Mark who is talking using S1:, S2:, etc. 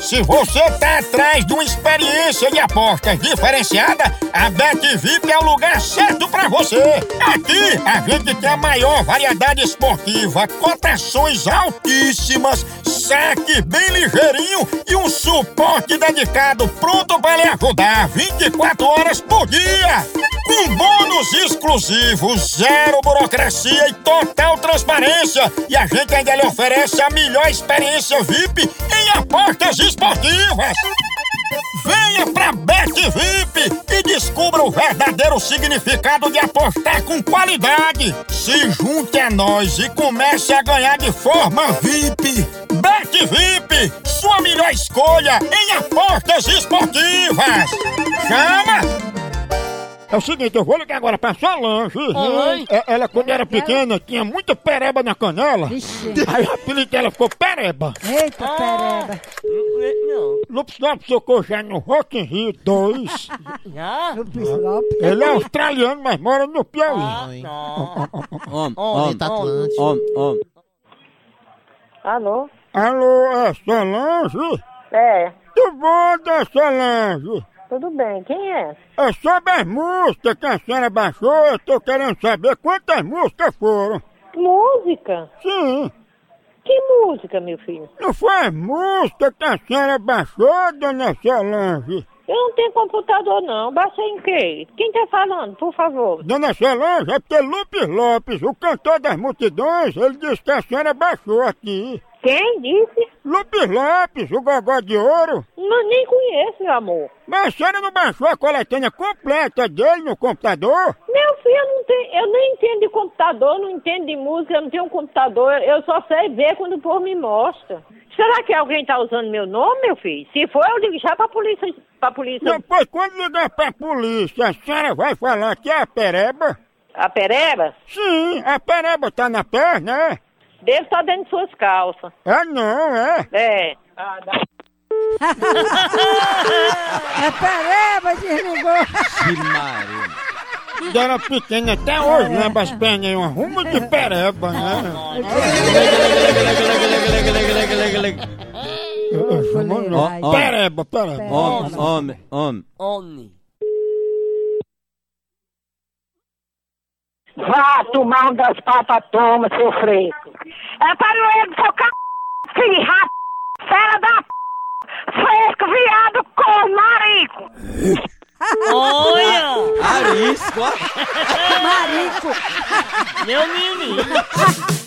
S1: Se você tá atrás de uma experiência de apostas diferenciada, a BetVip é o lugar certo pra você. Aqui a gente tem a maior variedade esportiva, cotações altíssimas, saque bem ligeirinho e um suporte dedicado pronto pra lhe ajudar 24 horas por dia. Com bônus exclusivos, zero burocracia e total transparência. E a gente ainda lhe oferece a melhor experiência VIP em apostas esportivas. Venha pra Bet VIP e descubra o verdadeiro significado de apostar com qualidade. Se junte a nós e comece a ganhar de forma VIP. Bet VIP, sua melhor escolha em apostas esportivas. Chama! É o seguinte, eu vou ligar agora pra Solange.
S2: Oi.
S1: É, Ela, quando era pequena, tinha muita pereba na canela.
S2: Vixe.
S1: Aí o apelido dela ficou pereba.
S2: Eita, pereba.
S3: Não,
S1: Lupus Lopes socorro já no Rock in Rio 2.
S3: já?
S2: No Bislop.
S1: Ele é australiano, mas mora no
S3: Não.
S1: Piauí.
S4: Homem,
S3: Homem,
S4: homem,
S3: homem.
S4: homem, homem.
S5: Alô?
S1: Alô, é Solange?
S5: É,
S1: Tudo bom, dona Solange?
S5: tudo bem. Quem é?
S1: É sobre as músicas que a senhora baixou, eu tô querendo saber quantas músicas foram.
S5: Música?
S1: Sim,
S5: Que música, meu filho?
S1: não foi as músicas que a senhora baixou, dona Solange?
S5: Eu não tenho computador, não. Baixei em quê? Quem tá falando, por favor?
S1: Dona Solange, é porque Lupes Lopes, o cantor das multidões, ele disse que a senhora baixou aqui.
S5: Quem disse?
S1: Lupes Lopes, o gogó de ouro.
S5: Não, nem conheço, meu amor.
S1: Mas a senhora não baixou a coletânea completa dele no computador?
S5: Meu filho, eu, não tenho, eu nem entendo de computador, não entendo de música, eu não tenho um computador. Eu só sei ver quando o povo me mostra. Será que alguém tá usando meu nome, meu filho? Se for, eu ligo já pra polícia. Pra polícia.
S1: Depois, quando ligar pra polícia, a senhora vai falar que é a pereba?
S5: A pereba?
S1: Sim, a pereba tá na perna, é?
S5: Deve estar dentro de suas calças.
S1: É não, é?
S5: É.
S2: É pereba, desligou.
S4: Que maravilha.
S1: Quando era pequena, até hoje lembra as pernas aí, um arrumo de pereba, né?
S4: Ó, ó.
S1: Pereba, pereba.
S4: Homem, homem, homem.
S3: Homem.
S5: Vá tomar um das papas, toma, seu fresco. É para o erro do seu c... filho rato, fera da p... fresco, viado, com marico.
S3: Olha!
S4: Arisco, ó.
S2: Marico.
S3: Meu menino!